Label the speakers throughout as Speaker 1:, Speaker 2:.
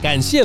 Speaker 1: 感谢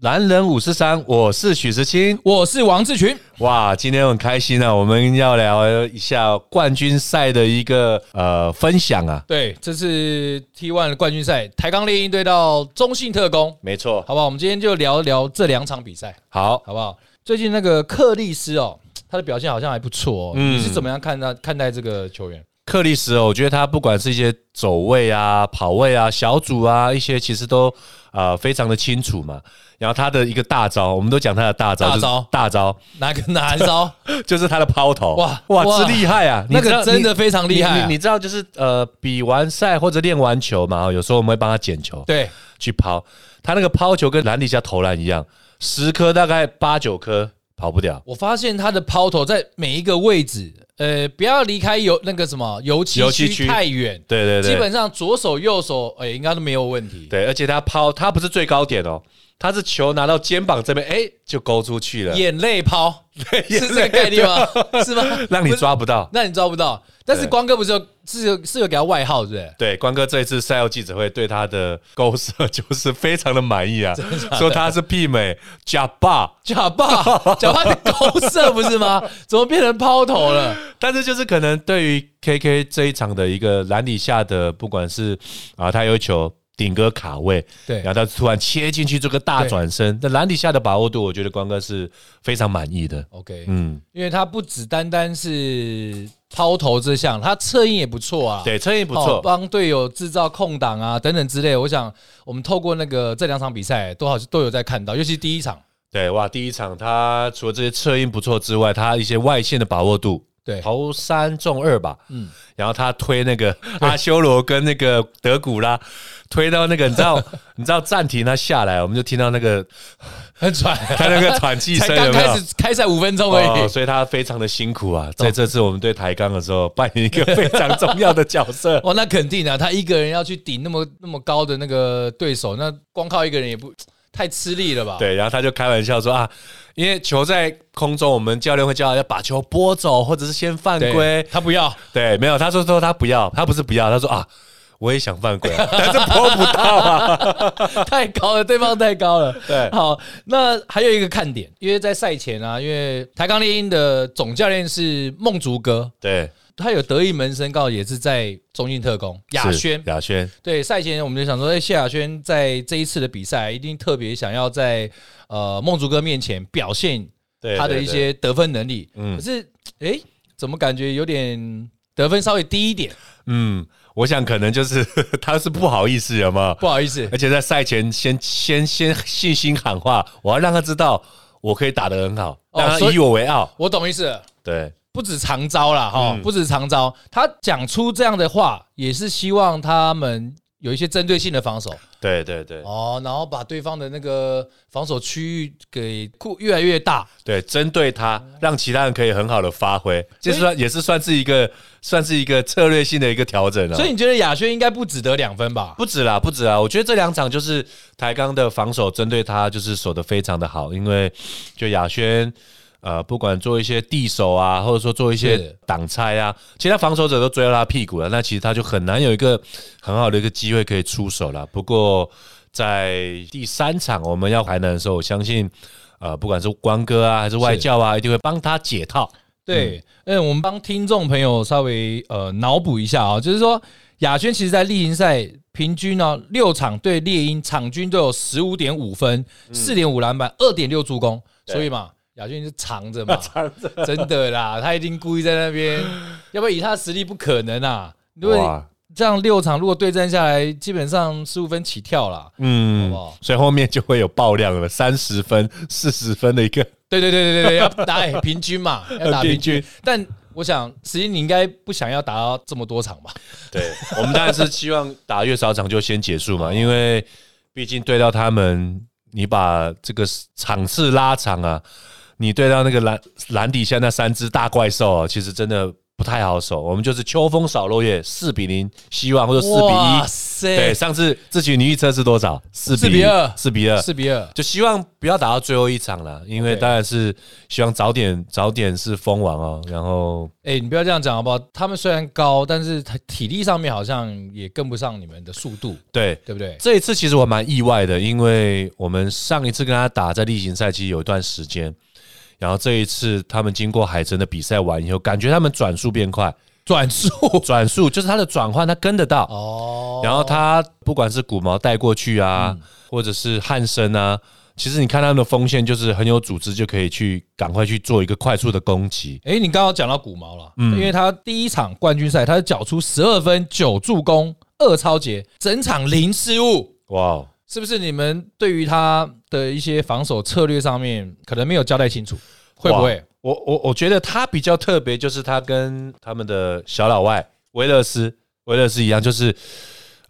Speaker 2: 男人五十三，我是许时清。
Speaker 3: 我是王志群，
Speaker 2: 哇，今天很开心啊！我们要聊一下冠军赛的一个呃分享啊。
Speaker 3: 对，这次 T One 的冠军赛，台钢猎鹰队到中信特工，
Speaker 2: 没错，
Speaker 3: 好不好？我们今天就聊一聊这两场比赛，
Speaker 2: 好，
Speaker 3: 好不好？最近那个克利斯哦，他的表现好像还不错哦，
Speaker 2: 嗯
Speaker 3: 你是怎么样看他看待这个球员？
Speaker 2: 克里斯哦，我觉得他不管是一些走位啊、跑位啊、小组啊，一些其实都呃非常的清楚嘛。然后他的一个大招，我们都讲他的大招，
Speaker 3: 大
Speaker 2: 就是
Speaker 3: 招
Speaker 2: 大招
Speaker 3: 哪个哪一招？
Speaker 2: 就是他的抛投，哇
Speaker 3: 哇
Speaker 2: 哇，
Speaker 3: 哇
Speaker 2: 之厉害啊！
Speaker 3: 那
Speaker 2: 你知道
Speaker 3: 个真的非常厉害
Speaker 2: 你
Speaker 3: 啊
Speaker 2: 你你知道就是呃，比完赛或者练完球嘛，哦有时候我们会帮他捡球，
Speaker 3: 对，
Speaker 2: 去抛，他那个抛球跟篮底下投篮一样，十颗大概八九颗跑不掉，
Speaker 3: 我发现他的抛投在每一个位置，呃，不要离开油那个什么油漆
Speaker 2: 油漆区
Speaker 3: 区太远，
Speaker 2: 对对对，
Speaker 3: 基本上左手右手，哎、应该都没有问题。
Speaker 2: 对，而且他抛他不是最高点哦，他是球拿到肩膀这边，哎，就勾出去了，
Speaker 3: 眼泪抛 是这个概念吗？是吗？
Speaker 2: 让你抓不到。
Speaker 3: 那你抓不到。但是
Speaker 2: 对
Speaker 3: 光哥不是有是有是有给他外号，是不是？
Speaker 2: 对，关哥这一次赛后记者会对他的勾射 就是非常的满意啊，说他是媲美贾巴，
Speaker 3: 假 爸，假爸的勾射不是吗？怎么变成抛投了？
Speaker 2: 但是就是可能对于 KK 这一场的一个篮底下的，不管是啊他有球顶哥卡位，
Speaker 3: 对
Speaker 2: 然后他突然切进去这个大
Speaker 3: 对
Speaker 2: 转身，那篮底下的把握度，我觉得关哥是非常满意的。
Speaker 3: OK，
Speaker 2: 嗯，
Speaker 3: 因为他不只单单是抛投这项，他策应也不错啊。
Speaker 2: 对，策应不
Speaker 3: 哦，
Speaker 2: 错，
Speaker 3: 帮队友制造空档啊等等之类的。我想我们透过那个这两场比赛都好都有在看到，尤其第一场，
Speaker 2: 对，哇，第一场他除了这些策应不错之外，他一些外线的把握度，
Speaker 3: 对
Speaker 2: 投三中二吧，嗯
Speaker 3: 嗯，
Speaker 2: 然后他推那个阿修罗跟那个德古拉，推到那个你知道 你知道暂停他下来，我们就听到那个
Speaker 3: 很喘，
Speaker 2: 他那个喘气
Speaker 3: 才
Speaker 2: 声
Speaker 3: 刚
Speaker 2: 有没
Speaker 3: 开
Speaker 2: 有？
Speaker 3: 始开赛五 分钟而
Speaker 2: 哦，
Speaker 3: 已。。
Speaker 2: 所以他非常的辛苦啊，在这次我们对台钢的时候扮演一个非常重要的角色
Speaker 3: 哦，那肯定啊，他一个人要去顶那么那么高的那个对手，那光靠一个人也不太吃力了吧？，
Speaker 2: 对，然后他就开玩笑说啊，因为球在空中，我们教练会叫他要把球拨走，或者是先犯规
Speaker 3: 对，。他不要，
Speaker 2: 对，没有，他说说他不要，他不是不要，他说啊，我也想犯规，啊 但是拨不到 啊。
Speaker 3: 太高了，对方太高了。
Speaker 2: 对
Speaker 3: 好，那还有一个看点，因为在赛前啊，因为台钢猎鹰的总教练是孟竹哥，
Speaker 2: 对，
Speaker 3: 他有得意门生，刚好也是在中信特工亚
Speaker 2: 是
Speaker 3: 轩。
Speaker 2: 亚轩，
Speaker 3: 对，赛前我们就想说，哎、谢亚轩在这一次的比赛一定特别想要在呃孟竹哥面前表现
Speaker 2: 对
Speaker 3: 他的一，些得分能力。
Speaker 2: 嗯
Speaker 3: 可是哎、诶怎么感觉有点得分稍微低一点？
Speaker 2: 嗯，我想可能就是 他是不好意思，有没有？
Speaker 3: 不好意 思，
Speaker 2: 而且在赛前先先先信心喊话，我要让他知道我可以打得很好，
Speaker 3: 哦
Speaker 2: 让他
Speaker 3: 所
Speaker 2: 以
Speaker 3: 以
Speaker 2: 我为傲。
Speaker 3: 我懂意思了。
Speaker 2: 对，
Speaker 3: 不止长招啦，哈、
Speaker 2: 嗯
Speaker 3: 不止长招，他讲出这样的话，也是希望他们有一些针对性的防守
Speaker 2: 对对对
Speaker 3: 哦，然后把对方的那个防守区域给扩越来越大，
Speaker 2: 对，针对他，让其他人可以很好的发挥，这
Speaker 3: 所以
Speaker 2: 算也是算是一个算是一个策略性的一个调整啊了。
Speaker 3: 所以你觉得亚轩应该不只得两分吧？
Speaker 2: 不止啦，不止啦！我觉得这两场就是台钢的防守针对他就是守得非常的好，因为就亚轩，呃，不管做一些地手啊，或者说做一些
Speaker 3: 是
Speaker 2: 挡拆啊，其他防守者都追到他屁股了，那其实他就很难有一个很好的一个机会可以出手了。不过在第三场我们要台南的时候，我相信，呃，不管是光哥啊还是外教啊，一定会帮他解套。
Speaker 3: 对，嗯，我们帮听众朋友稍微呃脑补一下啊、就是说亚轩其实在例行赛平均呢、六场对猎鹰场均都有十五点五分、四点五篮板、二点六助攻，所以嘛。亚轩是藏着嘛， 藏着，真的啦，他一定故意在那边，要不然以他的实力不可能啊。如果
Speaker 2: 哇，
Speaker 3: 这样六场如果对战下来，基本上十五分起跳啦。
Speaker 2: 嗯
Speaker 3: 好不好，
Speaker 2: 所以后面就会有爆量了，三十分、四十分的一个。
Speaker 3: 对对对对对，要打、哎平均嘛，要打 平均。但我想，实际你应该不想要打到这么多场吧？
Speaker 2: 对，我们当然是希望打越少场就先结束嘛，因为毕竟对到他们，你把这个场次拉长啊，你对到那个篮篮底下那三只大怪兽啊，其实真的不太好守，我们就是秋风扫落叶，四比零，希望或者四
Speaker 3: 哇
Speaker 2: 比
Speaker 3: 塞
Speaker 2: 一。对，上次志群你预测是多少？四
Speaker 3: 四比二
Speaker 2: 四比二，
Speaker 3: 四比二，
Speaker 2: 就希望不要打到最后一场了，因为
Speaker 3: OK
Speaker 2: 当然是希望早点早点是封王哦。然后
Speaker 3: 哎、你不要这样讲好不好？他们虽然高，但是他体力上面好像也跟不上你们的速度，
Speaker 2: 对
Speaker 3: 对不对？
Speaker 2: 这一次其实我蛮意外的，因为我们上一次跟他打在例行赛其实有一段时间，然后这一次他们经过海神的比赛完以后，感觉他们转速变快，
Speaker 3: 转速
Speaker 2: 转速就是他的转换他跟得到，
Speaker 3: 哦，
Speaker 2: 然后他不管是古毛带过去啊，或者是汉森啊，其实你看他们的锋线就是很有组织，就可以去赶快去做一个快速的攻击。
Speaker 3: 哎、你刚刚讲到古毛了，
Speaker 2: 嗯
Speaker 3: 因为他第一场冠军赛，他缴出十二分、九助攻、二超截，整场零失误，
Speaker 2: 哇哦，
Speaker 3: 是不是？你们对于他的一些防守策略上面，可能没有交代清楚，会不会
Speaker 2: 哇？我我我觉得他比较特别，就是他跟他们的小老外维勒斯维勒斯一样，就是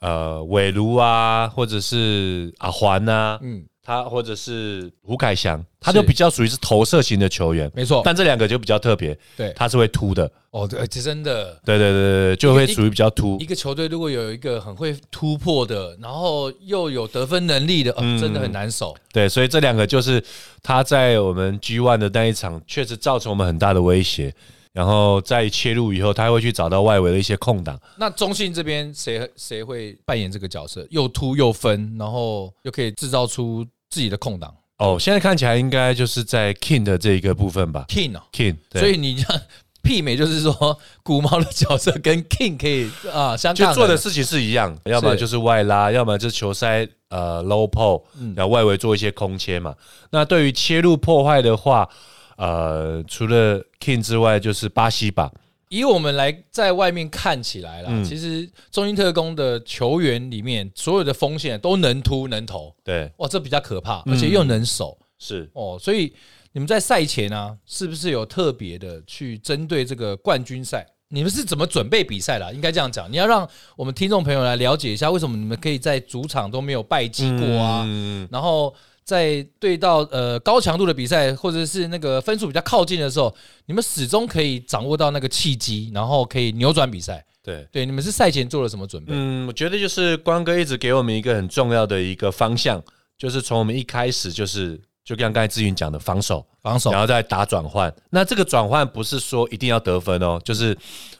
Speaker 2: 呃韦卢啊，或者是阿环啊，
Speaker 3: 嗯，
Speaker 2: 他或者是胡凯翔，他
Speaker 3: 是
Speaker 2: 就比较属于是投射型的球员。
Speaker 3: 没错，
Speaker 2: 但这两个就比较特别，
Speaker 3: 对，
Speaker 2: 他是会突的，
Speaker 3: 哦，对，这真的。
Speaker 2: 对对对对对，就会属于比较突
Speaker 3: 一。个球队如果有一个很会突破的，然后又有得分能力的，呃
Speaker 2: 嗯
Speaker 3: 真的很难守。
Speaker 2: 对，所以这两个就是他在我们 G One 的那一场，确实造成我们很大的威胁。然后在切入以后，他会去找到外围的一些空档。
Speaker 3: 那中信这边谁谁会扮演这个角色？又突又分，然后又可以制造出自己的空档
Speaker 2: 哦，现在看起来应该就是在 King 的这一个部分吧
Speaker 3: ，King 哦。
Speaker 2: ，King 对。
Speaker 3: 所以你这样媲美，就是说古毛的角色跟 King 可以啊相
Speaker 2: 就
Speaker 3: 抗衡
Speaker 2: 做的事情是一样，要么就是外拉，要么就是球塞呃 low pull，然后外围做一些空切嘛。那对于切入破坏的话，呃，除了 King 之外，就是巴西吧。
Speaker 3: 以我们来在外面看起来
Speaker 2: 嗯
Speaker 3: 啦，其实中英特工的球员里面，所有的锋线都能突能投，
Speaker 2: 对，
Speaker 3: 哇，这比较可怕，
Speaker 2: 嗯
Speaker 3: 而且又能守、
Speaker 2: 是
Speaker 3: 哦。所以你们在赛前啊，是不是有特别的去针对这个冠军赛？你们是怎么准备比赛啦？应该这样讲，你要让我们听众朋友来了解一下，为什么你们可以在主场都没有败绩过啊？
Speaker 2: 嗯
Speaker 3: 然后在对到呃高强度的比赛，或者是那个分数比较靠近的时候，你们始终可以掌握到那个契机，然后可以扭转比赛。
Speaker 2: 对。
Speaker 3: 对，你们是赛前做了什么准备？
Speaker 2: 嗯，我觉得就是光哥一直给我们一个很重要的一个方向，就是从我们一开始就是就像刚才志云讲的防守，
Speaker 3: 防守
Speaker 2: 然后再打转换。那这个转换不是说一定要得分哦，就是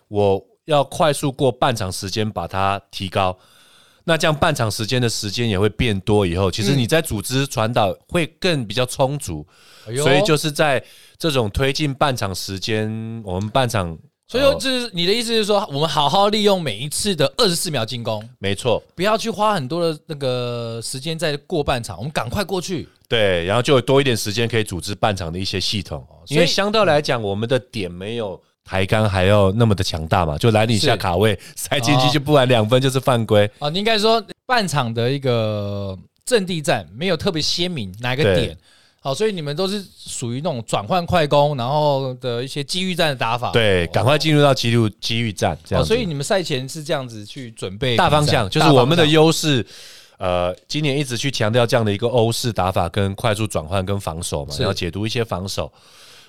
Speaker 2: 我要快速过半场时间把它提高。那这样半场时间的时间也会变多，以后其
Speaker 3: 嗯
Speaker 2: 实你在组织传导会更比较充足，
Speaker 3: 哎呦
Speaker 2: 所以就是在这种推进半场时间，我们半场，
Speaker 3: 所以
Speaker 2: 呃
Speaker 3: 就是你的意思是说，我们好好利用每一次的二十四秒进攻，
Speaker 2: 没错，
Speaker 3: 不要去花很多的那个时间在过半场，我们赶快过去。
Speaker 2: 对，然后就有多一点时间可以组织半场的一些系统，
Speaker 3: 所以
Speaker 2: 因为相对来讲，我们的点没有台钢还要那么的强大嘛，就来你下
Speaker 3: 是
Speaker 2: 卡位 塞进去，
Speaker 3: 哦
Speaker 2: 就不然两分就是犯规。
Speaker 3: 啊，你应该说半场的一个阵地战没有特别鲜明哪个
Speaker 2: 对
Speaker 3: 点，好，所以你们都是属于那种转换快攻，然后的一些机遇战的打法。
Speaker 2: 对，
Speaker 3: 哦
Speaker 2: 赶快进入到机遇机遇战这
Speaker 3: 哦，
Speaker 2: 样子。
Speaker 3: 所以你们赛前是这样子去准备
Speaker 2: 大方
Speaker 3: 比赛
Speaker 2: 向就是我们的优势。呃，今年一直去强调这样的一个欧式打法跟快速转换跟防守嘛，
Speaker 3: 是
Speaker 2: 然后解读一些防守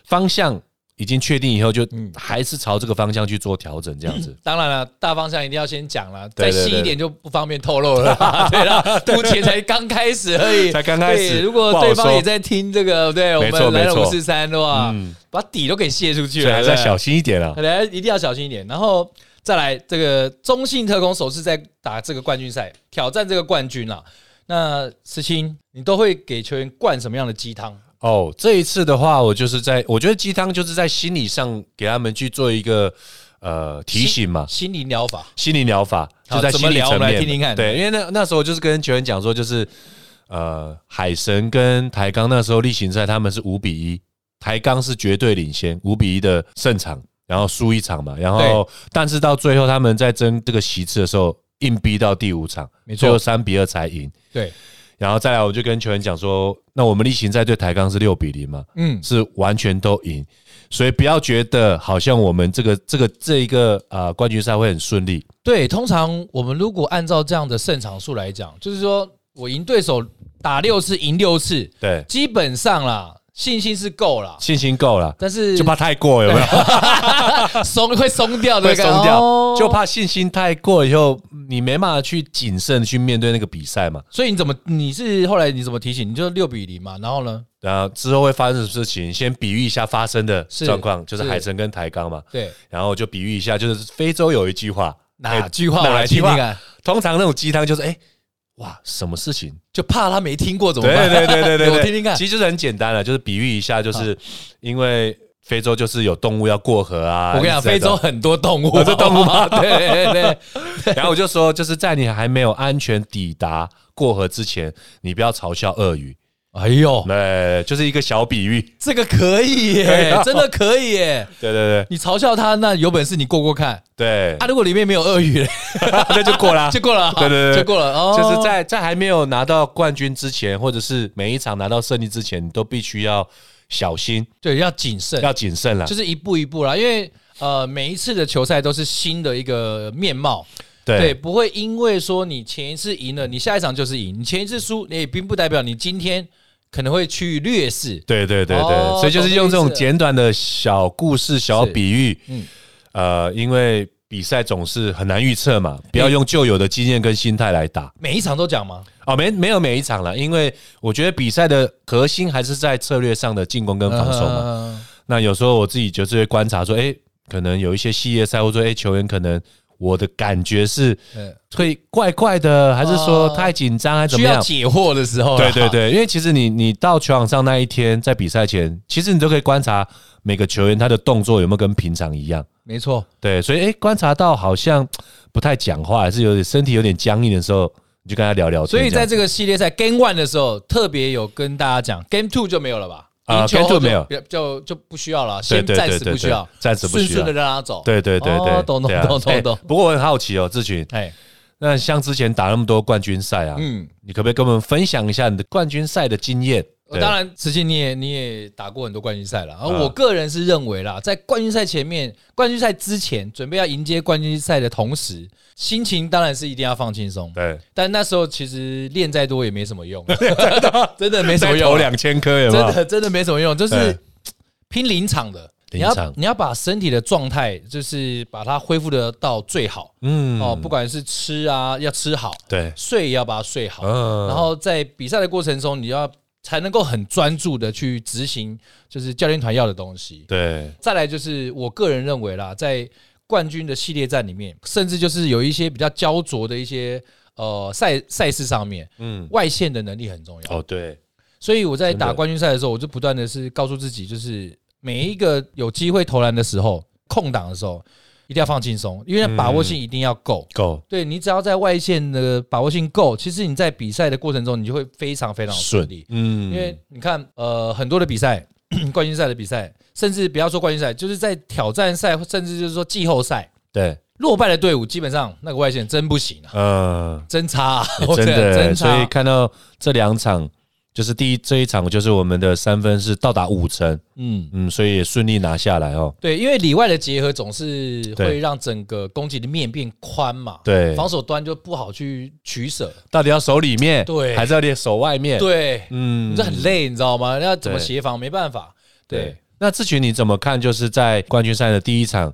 Speaker 2: 方向已经确定以后，就
Speaker 3: 嗯
Speaker 2: 还是朝这个方向去做调整，这样 子。
Speaker 3: 当然了，大方向一定要先讲了，再
Speaker 2: 对对
Speaker 3: 细
Speaker 2: 对
Speaker 3: 一点就不方便透露了 啦。对啦，目前才刚开始而已，
Speaker 2: 才刚开始
Speaker 3: 对如果
Speaker 2: 不好
Speaker 3: 对方
Speaker 2: 说
Speaker 3: 也在听这个，对我
Speaker 2: 没错
Speaker 3: 们来了
Speaker 2: 没
Speaker 3: 五
Speaker 2: 错
Speaker 3: 四三的话，把底都给卸出去
Speaker 2: 所以
Speaker 3: 了，
Speaker 2: 还是
Speaker 3: 对
Speaker 2: 要
Speaker 3: 不对
Speaker 2: 小心一点啊
Speaker 3: 可。能一定要小心一点。然后再来，这个中信特工首次在打这个冠军赛，挑战这个冠军啦。那石青，你都会给球员灌什么样的鸡汤？
Speaker 2: 哦，这一次的话，我就是在我觉得鸡汤就是在心理上给他们去做一个呃提醒嘛，
Speaker 3: 心理疗法。
Speaker 2: 心理疗法
Speaker 3: 好
Speaker 2: 就在心理
Speaker 3: 怎
Speaker 2: 层
Speaker 3: 么聊我们来
Speaker 2: 面。
Speaker 3: 听听看
Speaker 2: 对，因为那那时候就是跟球员讲说，就是呃海神跟台钢那时候例行赛他们是五比一，台钢是绝对领先五比一的胜场，然后输一场嘛，然后但是到最后他们在争这个席次的时候，硬逼到第五场，
Speaker 3: 没错
Speaker 2: 最后三比二才赢。
Speaker 3: 对，
Speaker 2: 然后再来，我就跟球员讲说，那我们例行赛对台钢是六比零嘛，
Speaker 3: 嗯，
Speaker 2: 是完全都赢，所以不要觉得好像我们这个这个这一个呃冠军赛会很顺利，
Speaker 3: 对。通常我们如果按照这样的胜场数来讲，就是说我赢对手打六次，赢六次，
Speaker 2: 对
Speaker 3: 基本上啦，信心是够了，
Speaker 2: 信心够了，
Speaker 3: 但是
Speaker 2: 就怕太过有没有？
Speaker 3: 松会松掉的
Speaker 2: 会
Speaker 3: 感觉，
Speaker 2: 松掉
Speaker 3: 哦，
Speaker 2: 就怕信心太过以后，你没办法去谨慎去面对那个比赛嘛。
Speaker 3: 所以你怎么你是后来你怎么提醒？你就六比零嘛，然后呢？
Speaker 2: 然后之后会发生什么事情，先比喻一下发生的
Speaker 3: 是
Speaker 2: 状况，就是
Speaker 3: 是
Speaker 2: 海神跟抬杠嘛。
Speaker 3: 对，
Speaker 2: 然后就比喻一下，就是非洲有一句话，
Speaker 3: 哪
Speaker 2: 哎
Speaker 3: 句话我
Speaker 2: 哪
Speaker 3: 来
Speaker 2: 一
Speaker 3: 听
Speaker 2: 句
Speaker 3: 听
Speaker 2: 话？
Speaker 3: 看？
Speaker 2: 通常那种鸡汤就是，哎，哇，什么事情？
Speaker 3: 就怕他没听过怎么
Speaker 2: 对
Speaker 3: 办？
Speaker 2: 对对对对对，
Speaker 3: 我听听看
Speaker 2: 其。实就是很简单了，就是比喻一下，就是因为非洲就是有动物要过河啊。
Speaker 3: 我跟你讲，
Speaker 2: 一直在
Speaker 3: 非 洲
Speaker 2: 动物很
Speaker 3: 很多动物，
Speaker 2: 多哦动物吗
Speaker 3: 对对 对，
Speaker 2: 然后我就说，就是在你还没有安全抵达过河之前，你不要嘲笑鳄鱼。
Speaker 3: 哎呦，
Speaker 2: 对，就是一个小比喻。
Speaker 3: 这个可以
Speaker 2: 对
Speaker 3: 耶
Speaker 2: 啊，
Speaker 3: 真的可以耶！
Speaker 2: 对对
Speaker 3: 你嘲笑他，那有本事你过过看。
Speaker 2: 对
Speaker 3: 啊，如果里面没有鳄鱼嘞，
Speaker 2: 对，那 就过啦。
Speaker 3: 啊就过了，
Speaker 2: 对对对
Speaker 3: 就过了。哦，
Speaker 2: 就是在在还没有拿到冠军之前，或者是每一场拿到胜利之前，你都必须要小心，
Speaker 3: 对要谨慎，
Speaker 2: 要谨慎啦。
Speaker 3: 就是一步一步啦，因为呃，每一次的球赛都是新的一个面貌，对，
Speaker 2: 对
Speaker 3: 不会因为说你前一次赢了，你下一场就是赢；你前一次输，也并不代表你今天可能会趋于劣势。
Speaker 2: 对对对对，
Speaker 3: 哦
Speaker 2: 所以就是用这
Speaker 3: 懂
Speaker 2: 种
Speaker 3: 这意思
Speaker 2: 简短的小故事、小比喻，
Speaker 3: 嗯
Speaker 2: 呃，因为比赛总是很难预测
Speaker 3: 嗯
Speaker 2: 嘛，不要用旧有的经验跟心态来打。
Speaker 3: 每一场都讲吗？
Speaker 2: 哦，没没有每一场了，因为我觉得比赛的核心还是在策略上的进攻跟防守嘛。
Speaker 3: 嗯
Speaker 2: 那有时候我自己就是会观察说，哎、可能有一些系列赛，或者说，哎、球员可能我的感觉是
Speaker 3: 嗯
Speaker 2: 会怪怪的，还是说
Speaker 3: 哦
Speaker 2: 太紧张，还是怎
Speaker 3: 需
Speaker 2: 么
Speaker 3: 要
Speaker 2: 样？
Speaker 3: 解惑的时候啦，啊
Speaker 2: 对对对，因为其实你你到球场上那一天，在比赛前，其实你都可以观察每个球员他的动作有没有跟平常一样。
Speaker 3: 没错，
Speaker 2: 对，所以哎、诶观察到好像不太讲话，还是有点身体有点僵硬的时候，你就跟他聊聊天
Speaker 3: 所
Speaker 2: 样。
Speaker 3: 以在这个系列赛 Game One 的时候，特别有跟大家讲，Game Two 就没有了吧？
Speaker 2: 啊
Speaker 3: 赢球后
Speaker 2: Game
Speaker 3: 就
Speaker 2: Two 没有
Speaker 3: 就就就不需要了，
Speaker 2: 对
Speaker 3: 先
Speaker 2: 对
Speaker 3: 暂
Speaker 2: 对
Speaker 3: 时
Speaker 2: 对
Speaker 3: 不需要
Speaker 2: 对，暂时不
Speaker 3: 顺
Speaker 2: 需
Speaker 3: 顺
Speaker 2: 要
Speaker 3: 的。让他走。
Speaker 2: 对对对
Speaker 3: 哦
Speaker 2: 对，
Speaker 3: 懂懂
Speaker 2: 对啊
Speaker 3: 懂懂
Speaker 2: 诶
Speaker 3: 懂
Speaker 2: 不过我很好奇哦，志群，
Speaker 3: 哎，
Speaker 2: 那像之前打那么多冠军赛啊，
Speaker 3: 嗯，
Speaker 2: 你可不可以跟我们分享一下你的冠军赛的经验？对
Speaker 3: 哦当，然，慈信你也你也打过很多冠军赛了，而
Speaker 2: 啊
Speaker 3: 我个人是认为啦，在冠军赛前面、冠军赛之前，准备要迎接冠军赛的同时，心情当然是一定要放轻松。
Speaker 2: 对，
Speaker 3: 但那时候其实练再多也没什么用， 真的没什么
Speaker 2: 再投
Speaker 3: 用啊，
Speaker 2: 两千颗有没
Speaker 3: 真
Speaker 2: 有？
Speaker 3: 的真的没什么用，就是
Speaker 2: 对
Speaker 3: 拼临场的。你
Speaker 2: 临
Speaker 3: 要
Speaker 2: 场
Speaker 3: 你要把身体的状态，就是把它恢复得到最好
Speaker 2: 嗯
Speaker 3: 哦，不管是吃啊要吃好，
Speaker 2: 对，
Speaker 3: 睡也要把它睡好，
Speaker 2: 嗯
Speaker 3: 然后在比赛的过程中，你要才能够很专注的去执行，就是教练团要的东西。
Speaker 2: 对，
Speaker 3: 再来就是我个人认为啦，在冠军的系列战里面，甚至就是有一些比较焦灼的一些呃赛赛事上面，
Speaker 2: 嗯，
Speaker 3: 外线的能力很重要。
Speaker 2: 哦对，
Speaker 3: 所以我在
Speaker 2: 真的
Speaker 3: 打冠军赛的时候，我就不断的是告诉自己，就是每一个有机会投篮的时候，空档的时候，一定要放轻松，因为把握性一定要够。
Speaker 2: 够
Speaker 3: 对你只要在外线的把握性够，其实你在比赛的过程中，你就会非常非常顺
Speaker 2: 顺
Speaker 3: 利。，
Speaker 2: 嗯
Speaker 3: 因为你看，呃，很多的比赛，冠军赛的比赛，甚至不要说冠军赛，就是在挑战赛，甚至就是说季后赛，
Speaker 2: 对，
Speaker 3: 落败的队伍基本上那个外线真不行啊，
Speaker 2: 嗯，
Speaker 3: 真差、啊， 我
Speaker 2: 真
Speaker 3: 觉得
Speaker 2: 的，
Speaker 3: 真差啊
Speaker 2: 所以看到这两场。就是第一这一场，就是我们的三分是到达五成，
Speaker 3: 嗯，
Speaker 2: 嗯，所以也顺利拿下来哦。
Speaker 3: 对，因为里外的结合总是会
Speaker 2: 对
Speaker 3: 让整个攻击的面变宽嘛，
Speaker 2: 对，
Speaker 3: 防守端就不好去取舍，
Speaker 2: 到底要守里面，
Speaker 3: 对
Speaker 2: 还是要守外面？，
Speaker 3: 对，
Speaker 2: 嗯
Speaker 3: 这很累，你知道吗？要怎么
Speaker 2: 对
Speaker 3: 协防没办法，对
Speaker 2: 对。，那志群你怎么看？就是在冠军赛的第一场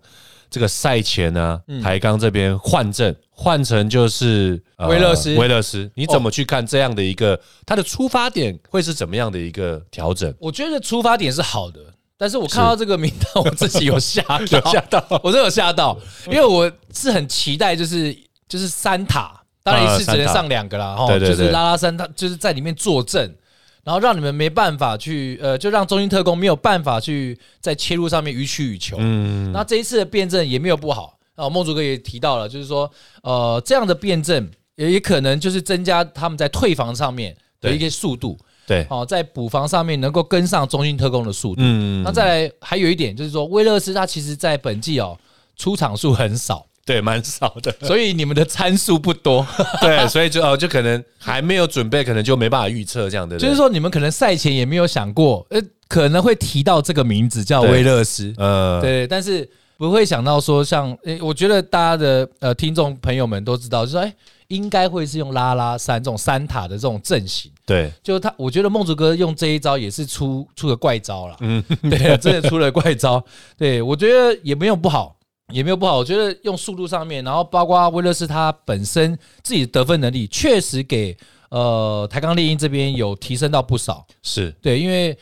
Speaker 2: 这个赛前呢、
Speaker 3: 嗯
Speaker 2: 台钢这边换阵，换成就是、呃
Speaker 3: 威勒斯哦
Speaker 2: 威勒斯，你怎么去看这样的一个、他的出发点会是怎么样的一个调整？
Speaker 3: 我觉得出发点是好的，但是我看到这个名单，我自己有吓 到，吓到，我真的有吓到，因为我是很期待，就是就是三塔，当然一次只能上两个啦，哈、
Speaker 2: 啊对对
Speaker 3: 就
Speaker 2: 对
Speaker 3: 是拉拉山，他就是在里面坐镇。然后让你们没办法去，呃，就让中心特工没有办法去在切入上面予取予求。
Speaker 2: 嗯，
Speaker 3: 那这一次的辩证也没有不好啊。孟竹哥也提到了，就是说，呃，这样的辩证也也可能就是增加他们在退防上面的一个速度。
Speaker 2: 对，
Speaker 3: 哦，在补防上面能够跟上中信特工的速度。
Speaker 2: 嗯
Speaker 3: 那再来还有一点就是说，威勒斯他其实在本季哦出场数很少，
Speaker 2: 对蛮少 的，
Speaker 3: 所以你们的参数不 多，
Speaker 2: 对，所以就哦就可能还没有准备，可能就没办法预测这样的，对不对
Speaker 3: 就是说你们可能赛前也没有想过，呃，可能会提到这个名字叫威勒斯，
Speaker 2: 呃，
Speaker 3: 对，但是不会想到说像，诶，我觉得大家的呃听众朋友们都知道，就说哎。应该会是用拉拉山这种三塔的这种阵型。
Speaker 2: 对，
Speaker 3: 就他，我觉得梦竹哥用这一招也是出出了怪招了，
Speaker 2: 嗯，
Speaker 3: 对，真的出了怪招。对我觉得也没有不好，也没有不好。我觉得用速度上面，然后包括威勒斯他本身自己的得分能力，确实给呃台钢猎鹰这边有提升到不少。
Speaker 2: 是
Speaker 3: 对，因为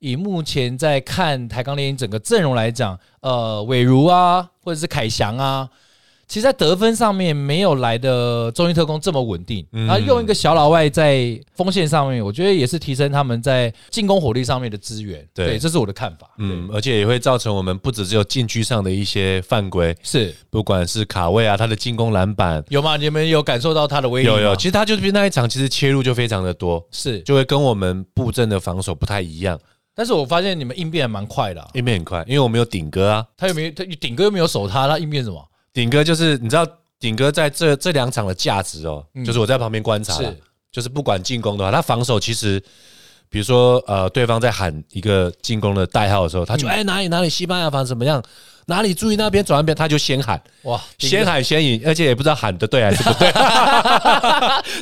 Speaker 3: 以目前在看台钢猎鹰整个阵容来讲，呃，伟如啊，或者是凯翔啊，其实在得分上面没有来的中英特工这么稳定。
Speaker 2: 嗯
Speaker 3: 然后用一个小老外在锋线上面，我觉得也是提升他们在进攻火力上面的资源。
Speaker 2: 对
Speaker 3: 这是我的看法。
Speaker 2: 嗯，而且也会造成我们不只只有禁区上的一些犯规，
Speaker 3: 是
Speaker 2: 不管是卡位啊，他的进攻篮板，
Speaker 3: 有吗？你们有感受到他的威力吗？
Speaker 2: 有有，其实他就是那一场其实切入就非常的多，
Speaker 3: 是，
Speaker 2: 就会跟我们布阵的防守不太一样，
Speaker 3: 但是我发现你们应变还蛮快的啊、
Speaker 2: 因为很快，因为我们有顶哥啊，
Speaker 3: 他有没有？他顶哥又没有守他，他应变什么？
Speaker 2: 顶哥就是你知道顶哥在这这两场的价值哦，
Speaker 3: 嗯
Speaker 2: 就是我在旁边观察啦
Speaker 3: 是，
Speaker 2: 就是不管进攻的话，他防守其实。比如说，呃，对方在喊一个进攻的代号的时候，他就
Speaker 3: 嗯
Speaker 2: 哎、哪里哪里西班牙防怎么样，哪里注意那边转那边，他就先喊，
Speaker 3: 哇，顶哥
Speaker 2: 先喊先赢，而且也不知道喊的对还是 不对。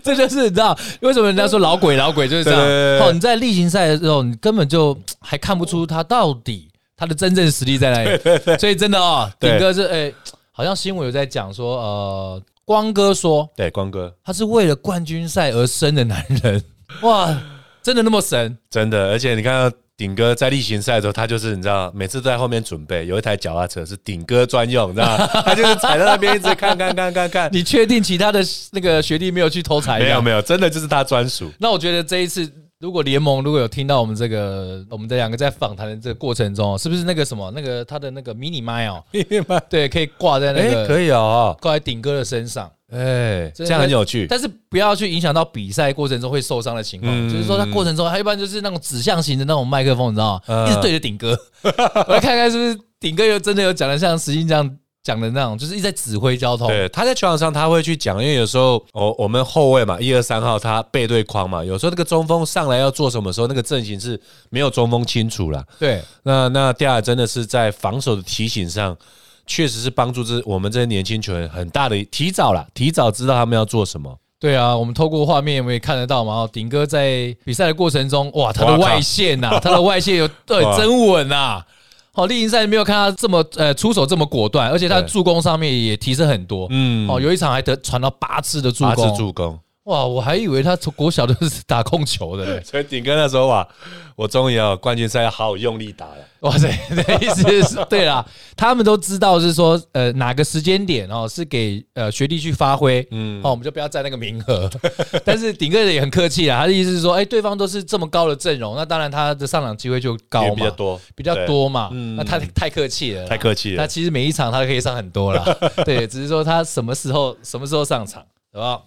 Speaker 3: 这就是你知道为什么人家说老鬼老鬼就是这
Speaker 2: 对对对
Speaker 3: 样。
Speaker 2: 对
Speaker 3: 哦，你在例行赛的时候，你根本就还看不出他到底他的真正实力在哪里。所以真的哦，
Speaker 2: 对
Speaker 3: 顶哥是哎、好像新闻有在讲说，呃，光哥说
Speaker 2: 对，光哥
Speaker 3: 他是为了冠军赛而生的男人，哇，真的那么神？
Speaker 2: 真的，而且你看到顶哥在例行赛的时候，他就是你知道，每次都在后面准备，有一台脚踏车是顶哥专用，你知道吗，他就是踩在那边一直看看看看看，
Speaker 3: 你确定其他的那个学弟没有去偷财？
Speaker 2: 没有没有，真的就是他专属。
Speaker 3: 那我觉得这一次，如果联盟如果有听到我们这个我们的两个在访谈的这个过程中哦，是不是那个什么那个他的那个迷你麦 哦，迷你麦对，可以挂在那
Speaker 2: 哎、
Speaker 3: 个、
Speaker 2: 可以哦，
Speaker 3: 挂在顶哥的身上，
Speaker 2: 哎、
Speaker 3: 真的
Speaker 2: 这样很有趣。
Speaker 3: 但是不要去影响到比赛过程中会受伤的情况。
Speaker 2: 嗯
Speaker 3: 就是说，他过程中他一般就是那种指向型的那种麦克风，你知道吗？
Speaker 2: 嗯
Speaker 3: 一直对着 顶哥，我来看看是不是顶哥有真的有讲的像石英这样讲的那种，就是一直在指挥交通。
Speaker 2: 对，他在球场上他会去讲，因为有时候哦，我们后卫嘛，一二三号他背对框嘛，有时候那个中锋上来要做什么时候，那个阵型是没有中锋清楚啦。
Speaker 3: 对
Speaker 2: 那那第二真的是在防守的提醒上，确实是帮助这我们这些年轻球员很大的提早啦，提早知道他们要做什么。
Speaker 3: 对啊，我们透过画面我们也看得到嘛。哦，顶哥在比赛的过程中，哇，他的外线呐、他的外线有对
Speaker 2: 哇
Speaker 3: 真 稳呐、好，例行赛没有看他这么呃出手这么果断，而且他
Speaker 2: 对
Speaker 3: 助攻上面也提升很多。
Speaker 2: 嗯，
Speaker 3: 哦，有一场还得传到八次的助
Speaker 2: 八次
Speaker 3: 攻，
Speaker 2: 助攻。
Speaker 3: 哇，我还以为他从国小都是打控球的嘞。
Speaker 2: 所以顶哥那时候哇，我终于啊，冠军赛要好好用力打了。
Speaker 3: 哇塞，这意思是对啦，他们都知道是说呃哪个时间点哦是给呃学弟去发挥，嗯，哦我们就不要占那个名额。 但是顶哥也很客气啦，他的意思是说，哎、对方都是这么高的阵容，那当然他的上场机会就高
Speaker 2: 也
Speaker 3: 嘛，
Speaker 2: 比较多，
Speaker 3: 比较
Speaker 2: 对，
Speaker 3: 多嘛，
Speaker 2: 嗯
Speaker 3: 那他太客气了啦，
Speaker 2: 太客气
Speaker 3: 他
Speaker 2: 了。
Speaker 3: 其实每一场他都可以上很多啦， 对，只是说他什么时候什么时候上场，好不好？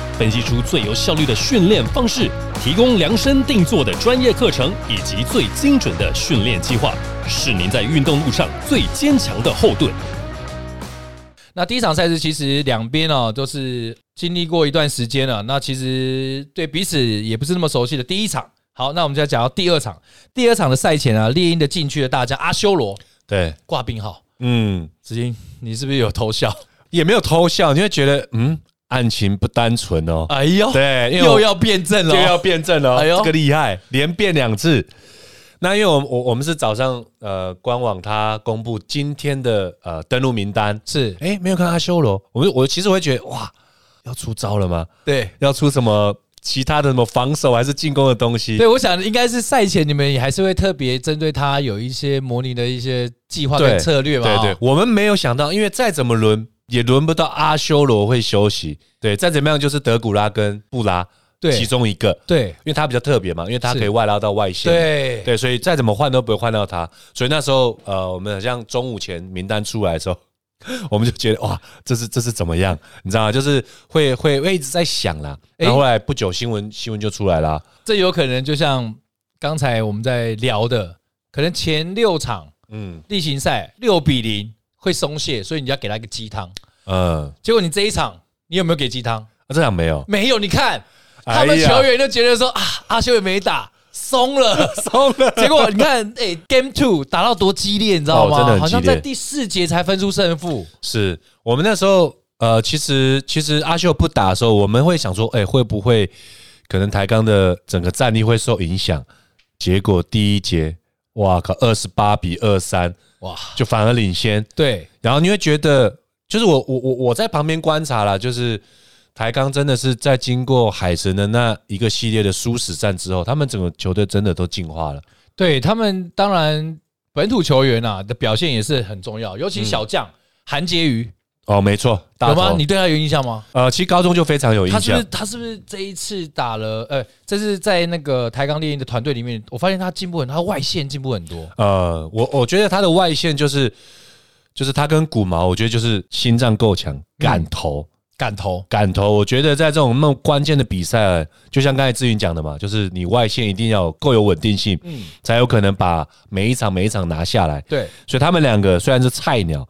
Speaker 1: 分析出最有效率的训练方式，提供量身定做的专业课程以及最精准的训练计划，是您在运动路上最坚强的后盾。
Speaker 3: 那第一场赛事其实两边哦都是经历过一段时间了，那其实对彼此也不是那么熟悉的第一场。好，那我们就要讲到第二场。第二场的赛前啊，猎鹰的禁区的大将阿修罗
Speaker 2: 对，
Speaker 3: 挂病号，
Speaker 2: 嗯，
Speaker 3: 子英，你是不是有偷笑？
Speaker 2: 也没有偷笑，你会觉得嗯，案情不单纯哦。
Speaker 3: 哎呦，
Speaker 2: 对，因为我
Speaker 3: 又要辩证了
Speaker 2: 就要
Speaker 3: 哦，
Speaker 2: 辩证了哦，
Speaker 3: 哎呦
Speaker 2: 这个厉害，连辩两次。那因为我们我我们是早上呃官网它公布今天的呃登录名单，
Speaker 3: 是
Speaker 2: 哎、没有看阿修罗，我我其实会觉得哇，要出招了吗？
Speaker 3: 对
Speaker 2: 要出什么其他的什么防守还是进攻的东西？
Speaker 3: 对，我想应该是赛前你们也还是会特别针对他有一些模拟的一些计划跟策略嘛、
Speaker 2: 对
Speaker 3: 哦
Speaker 2: 对，我们没有想到，因为再怎么轮也轮不到阿修罗会休息。对，再怎么样就是德古拉跟布拉
Speaker 3: 对
Speaker 2: 其中一个，
Speaker 3: 对
Speaker 2: 因为他比较特别嘛，因为他
Speaker 3: 是
Speaker 2: 可以外拉到外线。
Speaker 3: 对
Speaker 2: 对，所以再怎么换都不会换到他。所以那时候，呃，我们好像中午前名单出来的时候， 我们就觉得哇，这是这是怎么样？你知道吗？就是会会会一直在想啦。
Speaker 3: 诶
Speaker 2: 然后后来不久新闻新闻就出来啦，
Speaker 3: 这有可能就像刚才我们在聊的，可能前六场
Speaker 2: 嗯
Speaker 3: 例行赛六比零会松懈，所以你要给他一个鸡汤。
Speaker 2: 嗯，
Speaker 3: 结果你这一场，你有没有给鸡汤？
Speaker 2: 啊这场没有，
Speaker 3: 没有，你看
Speaker 2: 哎呀
Speaker 3: 他们球员就觉得说啊，阿修也没打，松 了。
Speaker 2: 松了。
Speaker 3: 结果你看，哎、g a m e Two 打到多激烈，你知道吗？
Speaker 2: 哦真的很激烈
Speaker 3: 好像在第四节才分出胜负。
Speaker 2: 是我们那时候，呃，其实其实阿秀不打的时候，我们会想说，哎、会不会可能台钢的整个战力会受影响？结果第一节，哇靠，二十八比二三，
Speaker 3: 哇，
Speaker 2: 就反而领先。
Speaker 3: 对，
Speaker 2: 然后你会觉得，就是我我我我在旁边观察啦，就是台钢真的是在经过海神的那一个系列的殊死战之后，他们整个球队真的都进化了。
Speaker 3: 对他们当然本土球员啊的表现也是很重要，尤其小将、韩婕妤，
Speaker 2: 哦，没错，嗯大
Speaker 3: 有吗？
Speaker 2: 头
Speaker 3: 你对他有印象吗？
Speaker 2: 呃，其实高中就非常有印
Speaker 3: 他是不
Speaker 2: 象
Speaker 3: 是，他是不是这一次打了？呃，这是在那个台钢猎鹰的团队里面，我发现他进步很多，他外线进步很多。
Speaker 2: 呃，我我觉得他的外线就是，就是他跟古毛，我觉得就是心脏够强，敢
Speaker 3: 嗯
Speaker 2: 投、
Speaker 3: 敢投，
Speaker 2: 敢投。我觉得在这种那么关键的比赛，就像刚才志云讲的嘛，就是你外线一定要有够有稳定性，
Speaker 3: 嗯，
Speaker 2: 才有可能把每一场每一场拿下来。
Speaker 3: 对，
Speaker 2: 所以他们两个虽然是菜鸟，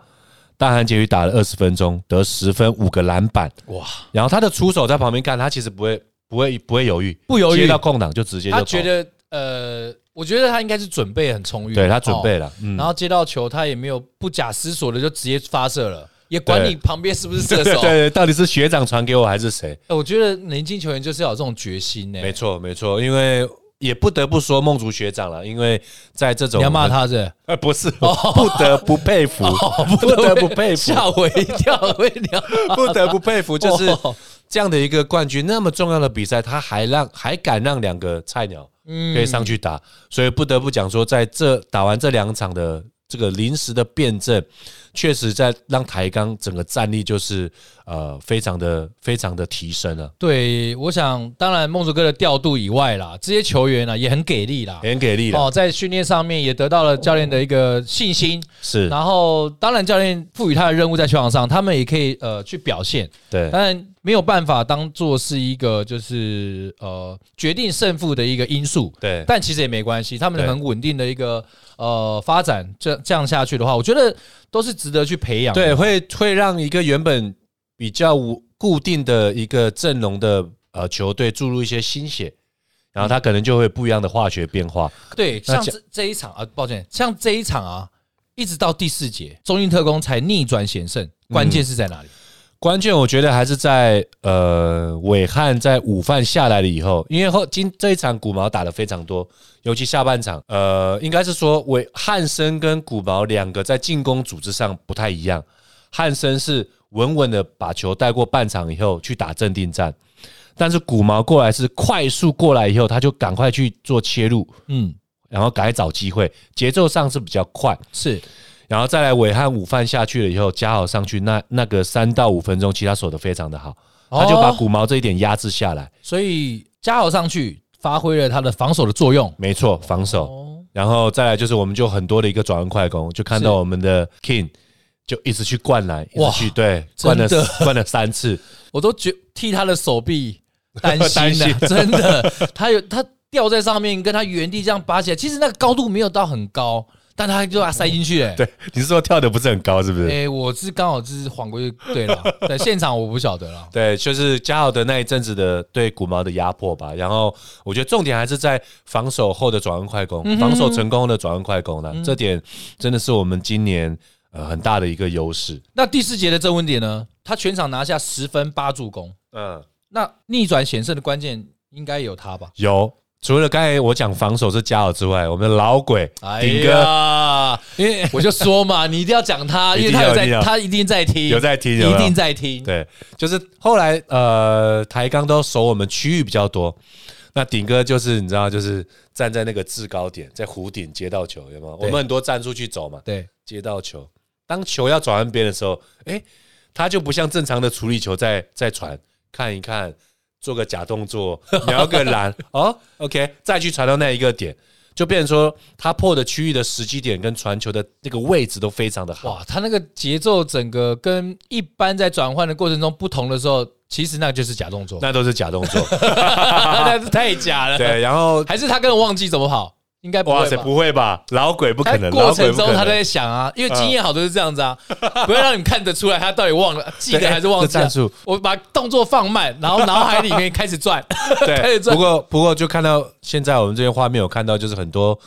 Speaker 2: 但韩杰宇打了二十分钟，得十分五个篮板，
Speaker 3: 哇，
Speaker 2: 然后他的出手在旁边看，他其实不会不会不会犹豫，
Speaker 3: 不犹豫
Speaker 2: 接到空档就直接就
Speaker 3: 他
Speaker 2: 投。
Speaker 3: 觉得呃，我觉得他应该是准备很充裕，
Speaker 2: 对他准备
Speaker 3: 了，
Speaker 2: 了，嗯
Speaker 3: 然后接到球，他也没有不假思索的就直接发射了，也管
Speaker 2: 对
Speaker 3: 你旁边是不是射
Speaker 2: 对
Speaker 3: 手。
Speaker 2: 对，到底是学长传给我还是谁？
Speaker 3: 哎我觉得年轻球员就是要有这种决心呢、
Speaker 2: 没错，没错，因为也不得不说梦竹学长了，因为在这种
Speaker 3: 你要骂，他是
Speaker 2: 呃，不是，不得不佩服，
Speaker 3: 不
Speaker 2: 不得不佩服，
Speaker 3: 吓我一跳，我一跳，
Speaker 2: 不得不佩服，就是
Speaker 3: 哦
Speaker 2: 这样的一个冠军，那么重要的比赛，他还让还敢让两个菜鸟
Speaker 3: 嗯
Speaker 2: 可以上去打，所以不得不讲说，在这打完这两场的这个临时的辩证，确实在让台钢整个战力就是呃非常的非常的提升啊了、
Speaker 3: 对，我想当然梦竹哥的调度以外啦，这些球员呢、啊也很给力啦。
Speaker 2: 很给力了，
Speaker 3: 哦，在训练上面也得到了教练的一个信心，
Speaker 2: 是
Speaker 3: 然后当然教练赋予他的任务在球场上，他们也可以呃去表现，
Speaker 2: 对
Speaker 3: 当然没有办法当做是一个就是呃决定胜负的一个因素，
Speaker 2: 对。
Speaker 3: 但其实也没关系，他们
Speaker 2: 对
Speaker 3: 很稳定的一个呃发展，这这样下去的话，我觉得都是值得去培养的。
Speaker 2: 对，会会让一个原本比较无固定的一个阵容的呃球队注入一些新血，然后他可能就会不一样的化学变化。
Speaker 3: 对，
Speaker 2: 那
Speaker 3: 像
Speaker 2: 这
Speaker 3: 这这一场啊，抱歉，像这一场啊，一直到第四节，中英特工才逆转险胜，关
Speaker 2: 嗯
Speaker 3: 键是在哪里？
Speaker 2: 关键我觉得还是在呃伟汉在午饭下来了以后，因为后今这一场古毛打的非常多，尤其下半场，呃，应该是说伟汉森跟古毛两个在进攻组织上不太一样，汉森是稳稳的把球带过半场以后去打镇定战。但是古毛过来是快速过来以后，他就赶快去做切入，
Speaker 3: 嗯，
Speaker 2: 然后赶快找机会，节奏上是比较快，
Speaker 3: 是
Speaker 2: 然后再来伟汉午饭下去了以后，加好上去，那那个三到五分钟，其实他守的非常的好，他就把
Speaker 3: 哦
Speaker 2: 古毛这一点压制下来，
Speaker 3: 所以加好上去发挥了他的防守的作用。
Speaker 2: 没错，防守，
Speaker 3: 哦，
Speaker 2: 然后再来就是我们就很多的一个转换快攻，就看到
Speaker 3: 是
Speaker 2: 我们的 King 就一直去灌篮，一
Speaker 3: 哇
Speaker 2: 直去对灌了
Speaker 3: 真的
Speaker 2: 灌了三 次，
Speaker 3: 我都觉替他的手臂担
Speaker 2: 担
Speaker 3: 心
Speaker 2: 心
Speaker 3: 了， 真的，他有他吊在上面，跟他原地这样拔起来，其实那个高度没有到很高，但他就把它塞进去、欸。
Speaker 2: 对，你是说跳的不是很高是不是？
Speaker 3: 哎、我是刚好就是晃过去，对了，在现场我不晓得了。
Speaker 2: 对，就是加奥的那一阵子的对古毛的压迫吧。然后我觉得重点还是在防守后的转换快
Speaker 3: 嗯
Speaker 2: 攻，防守成功后的转换快攻啦。这点真的是我们今年呃很大的一个优势。
Speaker 3: 那第四节的正温点呢？他全场拿下十分八助攻，
Speaker 2: 嗯，
Speaker 3: 那逆转险胜的关键应该有他吧？
Speaker 2: 有。除了刚才我讲防守是加奥之外，我们的老鬼
Speaker 3: 哎
Speaker 2: 顶哥
Speaker 3: 呀，因为我就说嘛，你一定要讲 他，因为他有
Speaker 2: 一定要一定要
Speaker 3: 在，他一定在听，
Speaker 2: 有在听，有没
Speaker 3: 一
Speaker 2: 有
Speaker 3: 定在听。
Speaker 2: 对，就是后来呃台钢都守我们区域比较多，那顶哥就是你知道就是站在那个制高点，在弧顶接到球，有没有？我
Speaker 3: 对
Speaker 2: 们很多站出去走嘛，
Speaker 3: 对，
Speaker 2: 接到球，当球要转弯边的时候，哎、他就不像正常的处理球在在传，看一看，做个假动作， 瞄个篮，哦，OK，再去传到那一个点，就变成说他破的区域的时机点跟传球的那个位置都非常的好。
Speaker 3: 哇，他那个节奏整个跟一般在转换的过程中不同的时候，其实那就是假动 作，
Speaker 2: 那都是假动作。
Speaker 3: 那是太假了。
Speaker 2: 对，，然后
Speaker 3: 还是他根本忘记怎么跑，应该不
Speaker 2: 哇
Speaker 3: 会
Speaker 2: 塞，
Speaker 3: 吧？
Speaker 2: 不会吧？老鬼不
Speaker 3: 他
Speaker 2: 可能，
Speaker 3: 过
Speaker 2: 老鬼
Speaker 3: 程
Speaker 2: 不可
Speaker 3: 中
Speaker 2: 能
Speaker 3: 他都在想啊，因为经验好都是这样子啊，不会让你看得出来他到底忘了记得
Speaker 2: 对
Speaker 3: 还是忘记
Speaker 2: 这
Speaker 3: 啊
Speaker 2: 战术。
Speaker 3: 我把动作放慢，然后脑海里面开始转，开
Speaker 2: 对，
Speaker 3: 始转
Speaker 2: 不。过不过就看到现在我们这边画面有看到，就是很多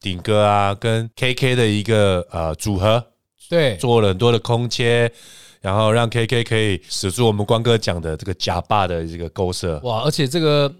Speaker 2: 顶哥啊跟 KK 的一个呃组合，
Speaker 3: 对，
Speaker 2: 做了很多的空切，然后让 KK 可以使出我们光哥讲的这个假霸的这个勾射。
Speaker 3: 哇，而且这个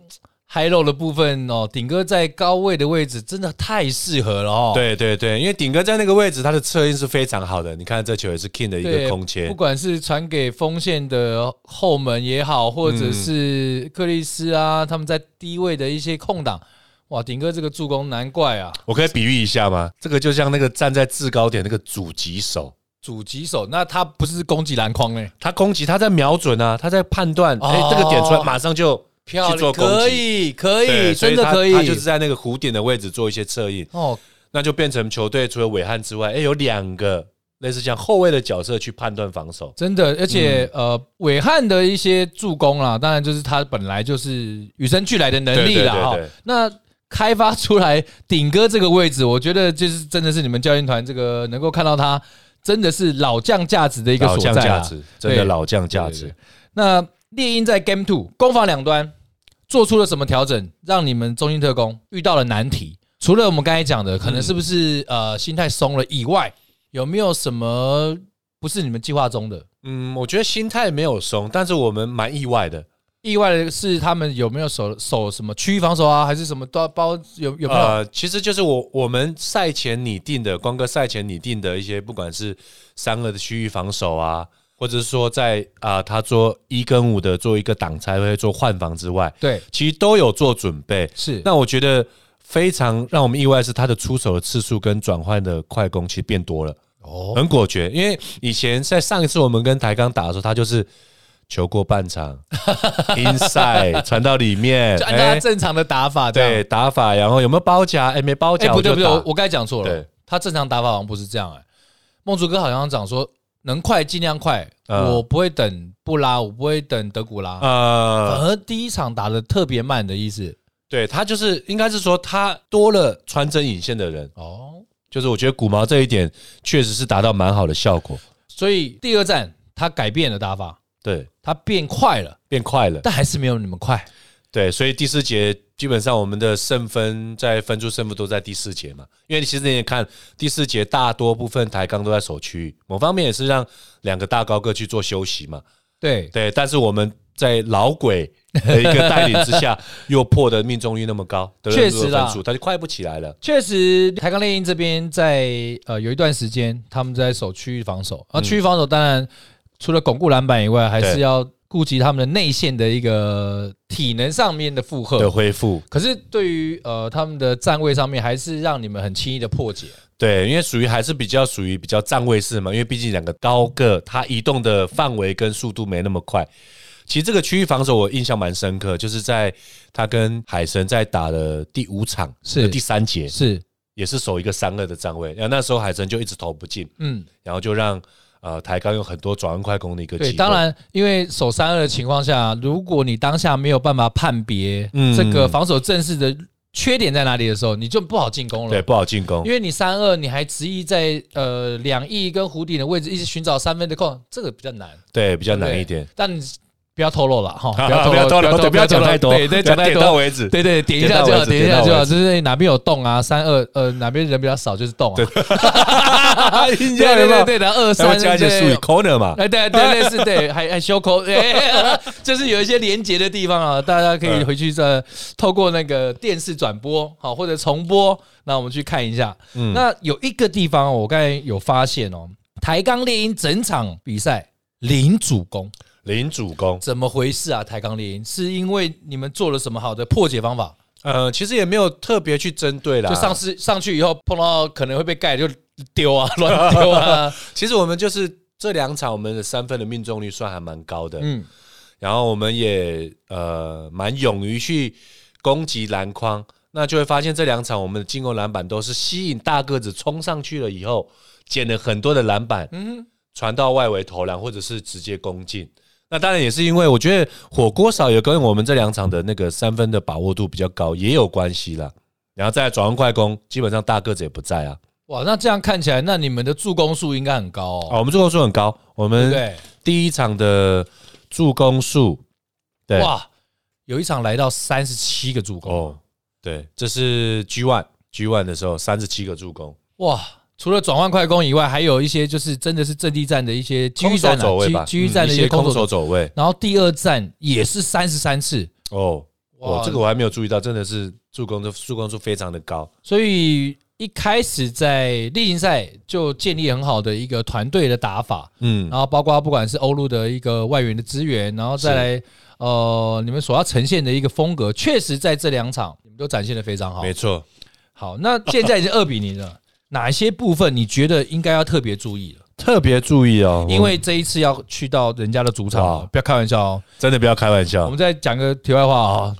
Speaker 3: high low 的部分哦，顶哥在高位的位置真的太适合了哦。
Speaker 2: 对对对，因为顶哥在那个位置，他的策应是非常好的。你看这球也是 King 的一
Speaker 3: 对。
Speaker 2: 个空切
Speaker 3: 不，管是传给锋线的后门也好，或者
Speaker 2: 嗯
Speaker 3: 是克里斯啊，他们在低位的一些空档，哇，顶哥这个助攻难怪啊，
Speaker 2: 我可以比喻一下吗？这个就像那个站在制高点那个阻击手，
Speaker 3: 主击手，那他不是攻击篮筐欸嘞，
Speaker 2: 他攻击他在瞄准啊，他在判断，
Speaker 3: 哦
Speaker 2: 哎、这个点出来马上就
Speaker 3: 漂
Speaker 2: 去做
Speaker 3: 亮，
Speaker 2: 攻击
Speaker 3: 可以，可以，
Speaker 2: 对，所
Speaker 3: 真
Speaker 2: 以
Speaker 3: 的
Speaker 2: 他
Speaker 3: 可
Speaker 2: 他就是
Speaker 3: 以。
Speaker 2: 在那个弧点的位置做一些策应，
Speaker 3: 哦，
Speaker 2: 那就变成球队除了伟汉之外，哎、有两个类似像后卫的角色去判断防守。
Speaker 3: 真的，而且、
Speaker 2: 嗯
Speaker 3: 呃，伟汉的一些助攻啦，当然就是他本来就是与生俱来的能力啦。
Speaker 2: 对对对
Speaker 3: 哈
Speaker 2: 对
Speaker 3: 那开发出来顶哥这个位置，我觉得就是真的是你们教练团这个能够看到他真的是老将价值的一个
Speaker 2: 老
Speaker 3: 所
Speaker 2: 将
Speaker 3: 在
Speaker 2: 价
Speaker 3: 啦。
Speaker 2: 值，真的老将价
Speaker 3: 对
Speaker 2: 值。
Speaker 3: 那猎鹰在 Game Two 攻防两端做出了什么调整，让你们中心特工遇到了难题？除了我们刚才讲的，可能是不是、呃心态松了以外，有没有什么不是你们计划中的？
Speaker 2: 嗯，我觉得心态没有松，但是我们蛮意外的。
Speaker 3: 意外的是，他们有没有守守什么区域防守啊，还是什么都包有有没有？
Speaker 2: 呃，其实就是我我们赛前拟定的，光哥赛前拟定的一些，不管是三个的区域防守啊，或者是说在啊、他做一跟五的做一个挡拆，会做换防之外，
Speaker 3: 对，
Speaker 2: 其实都有做准备。
Speaker 3: 是
Speaker 2: 那我觉得非常让我们意外的是，他的出手的次数跟转换的快攻其实变多了，
Speaker 3: 哦，
Speaker 2: 很果决。因为以前在上一次我们跟台钢打的时候，他就是球过半 场，inside 传到里面，
Speaker 3: 就按照他
Speaker 2: 哎
Speaker 3: 正常的打法这样。
Speaker 2: 对打法，然后有没有包夹？哎，没包
Speaker 3: 哎、
Speaker 2: 夹，
Speaker 3: 不对
Speaker 2: 我
Speaker 3: 不
Speaker 2: 就
Speaker 3: 对，
Speaker 2: 打
Speaker 3: 我我刚才讲错了
Speaker 2: 对，
Speaker 3: 他正常打法好像不是这样哎、梦竹哥好像讲说，能快尽量快，
Speaker 2: 嗯
Speaker 3: 我不会等布拉，我不会等德古拉，反
Speaker 2: 呃，
Speaker 3: 而第一场打的特别慢的意思。
Speaker 2: 对他就是应该是说他多了穿针引线的人，
Speaker 3: 哦，
Speaker 2: 就是我觉得古毛这一点确实是达到蛮好的效果，
Speaker 3: 所以第二站他改变了打法，
Speaker 2: 对，
Speaker 3: 他变快了，
Speaker 2: 变快了。
Speaker 3: 但还是没有你们快。
Speaker 2: 对，所以第四节基本上我们的胜分在分出胜负都在第四节嘛，因为其实你也看第四节大多部分台钢都在守区域，某方面也是让两个大高个去做休息嘛。
Speaker 3: 对，
Speaker 2: 对，但是我们在老鬼的一个带领之 下，又破的命中率那么高，得
Speaker 3: 确
Speaker 2: 了
Speaker 3: 实啊
Speaker 2: 分
Speaker 3: 啦
Speaker 2: 数，他就快不起来了。
Speaker 3: 确实，台钢猎鹰这边在呃有一段时间，他们在守区域防
Speaker 2: 嗯
Speaker 3: 守啊，区域防守当然除了巩固篮板以外，还是
Speaker 2: 对
Speaker 3: 要顾及他们的内线的一个体能上面的负荷
Speaker 2: 的。恢复，
Speaker 3: 可是对于呃他们的站位上面，还是让你们很轻易的破解。
Speaker 2: 对，因为属于还是比较属于比较站位式嘛，因为毕竟两个高个，它移动的范围跟速度没那么快。其实这个区域防守我印象蛮深刻，就是在他跟海神在打的第五场
Speaker 3: 是
Speaker 2: 呃第三节，
Speaker 3: 是，
Speaker 2: 也是守一个三二的站位，然后那时候海神就一直投不进，
Speaker 3: 嗯，
Speaker 2: 然后就让呃台钢有很多转换快攻的一个机
Speaker 3: 对，
Speaker 2: 会。
Speaker 3: 当然，因为守三二的情况下，如果你当下没有办法判别
Speaker 2: 嗯
Speaker 3: 这个防守阵势的缺点在哪里的时候，你就不好进攻了。
Speaker 2: 对不好进攻
Speaker 3: 因，为你三二，你还执意在呃两翼跟弧顶的位置一直寻找三分的空，这个比较难，
Speaker 2: 对比较
Speaker 3: 对不
Speaker 2: 难
Speaker 3: 对
Speaker 2: 一点。
Speaker 3: 但你不要透露了哈，
Speaker 2: 不
Speaker 3: 透露，
Speaker 2: 对不要讲太多，
Speaker 3: 对对，讲太
Speaker 2: 点到
Speaker 3: 多，
Speaker 2: 为止。
Speaker 3: 对对，点一下就好，点
Speaker 2: 点
Speaker 3: 一下
Speaker 2: 到为止
Speaker 3: 就好，就是哪边有洞啊，三二呃哪边人比较少就是洞啊，对
Speaker 2: 对
Speaker 3: 对对，对，然后
Speaker 2: 然后
Speaker 3: 二三
Speaker 2: 加一些术语
Speaker 3: 对。
Speaker 2: corner 嘛，
Speaker 3: 哎，对 对对，是对，还还修口，哎， 就是有一些连接的地方啊，大家可
Speaker 2: 嗯
Speaker 3: 以回去再透过那个电视转播，好或者重播，那我们去看一下。
Speaker 2: 嗯
Speaker 3: 那有一个地方哦我刚才有发现哦，台钢猎鹰整场比赛零主攻，
Speaker 2: 零主攻。
Speaker 3: 怎么回事啊？台钢猎鹰是因为你们做了什么好的破解方法？
Speaker 2: 呃，其实也没有特别去针对啦。
Speaker 3: 就上次上去以后碰到可能会被盖就丢啊， 乱丢啊，
Speaker 2: 其实我们就是这两场我们的三分的命中率算还蛮高的，
Speaker 3: 嗯，
Speaker 2: 然后我们也呃蛮勇于去攻击篮筐，那就会发现这两场我们的进攻篮板都是吸引大个子冲上去了以
Speaker 3: 嗯
Speaker 2: 后，捡了很多的篮板，嗯，传到外围投篮或者是直接攻进。那当然也是因为我觉得火锅少也跟我们这两场的那个三分的把握度比较高也有关系啦。然后再来转换快攻，基本上大个子也不在啊。
Speaker 3: 哇，那这样看起来，那你们的助攻数应该很高
Speaker 2: 哦，
Speaker 3: 哦，
Speaker 2: 我们助攻数很高，我
Speaker 3: 对不
Speaker 2: 们
Speaker 3: 对？
Speaker 2: 第一场的助攻数，对，
Speaker 3: 哇，有一场来到三十七个助攻，
Speaker 2: 哦，对，这是 G one G one 的时候三十七个助攻，
Speaker 3: 哇！除了转换快攻以外，还有一些就是真的是阵地战的一些机遇
Speaker 2: 空手
Speaker 3: 战
Speaker 2: 走位吧
Speaker 3: 啊，，机遇
Speaker 2: 嗯
Speaker 3: 战的
Speaker 2: 一
Speaker 3: 一
Speaker 2: 些
Speaker 3: 些
Speaker 2: 空
Speaker 3: 空手
Speaker 2: 手。走位。
Speaker 3: 然后第二战也是三十三次，
Speaker 2: 哦，
Speaker 3: 哇
Speaker 2: 哇，这个我还没有注意到，真的是助攻的助攻数非常的高。
Speaker 3: 所以一开始在例行赛就建立很好的一个团队的打法，
Speaker 2: 嗯，
Speaker 3: 然后包括不管是欧陆的一个外援的资源，然后再来呃你们所要呈现的一个风格，确实在这两场你们都展现的非常好。
Speaker 2: 没错。
Speaker 3: 好，那现在已经二比零了， 哪一些部分你觉得应该要特别注意了？
Speaker 2: 特别注意哦，
Speaker 3: 因为这一次要去到人家的主场
Speaker 2: 哇啊
Speaker 3: 了，不要开玩笑哦。
Speaker 2: 真的不要开玩
Speaker 3: 我
Speaker 2: 笑
Speaker 3: 们再讲个题外话 啊、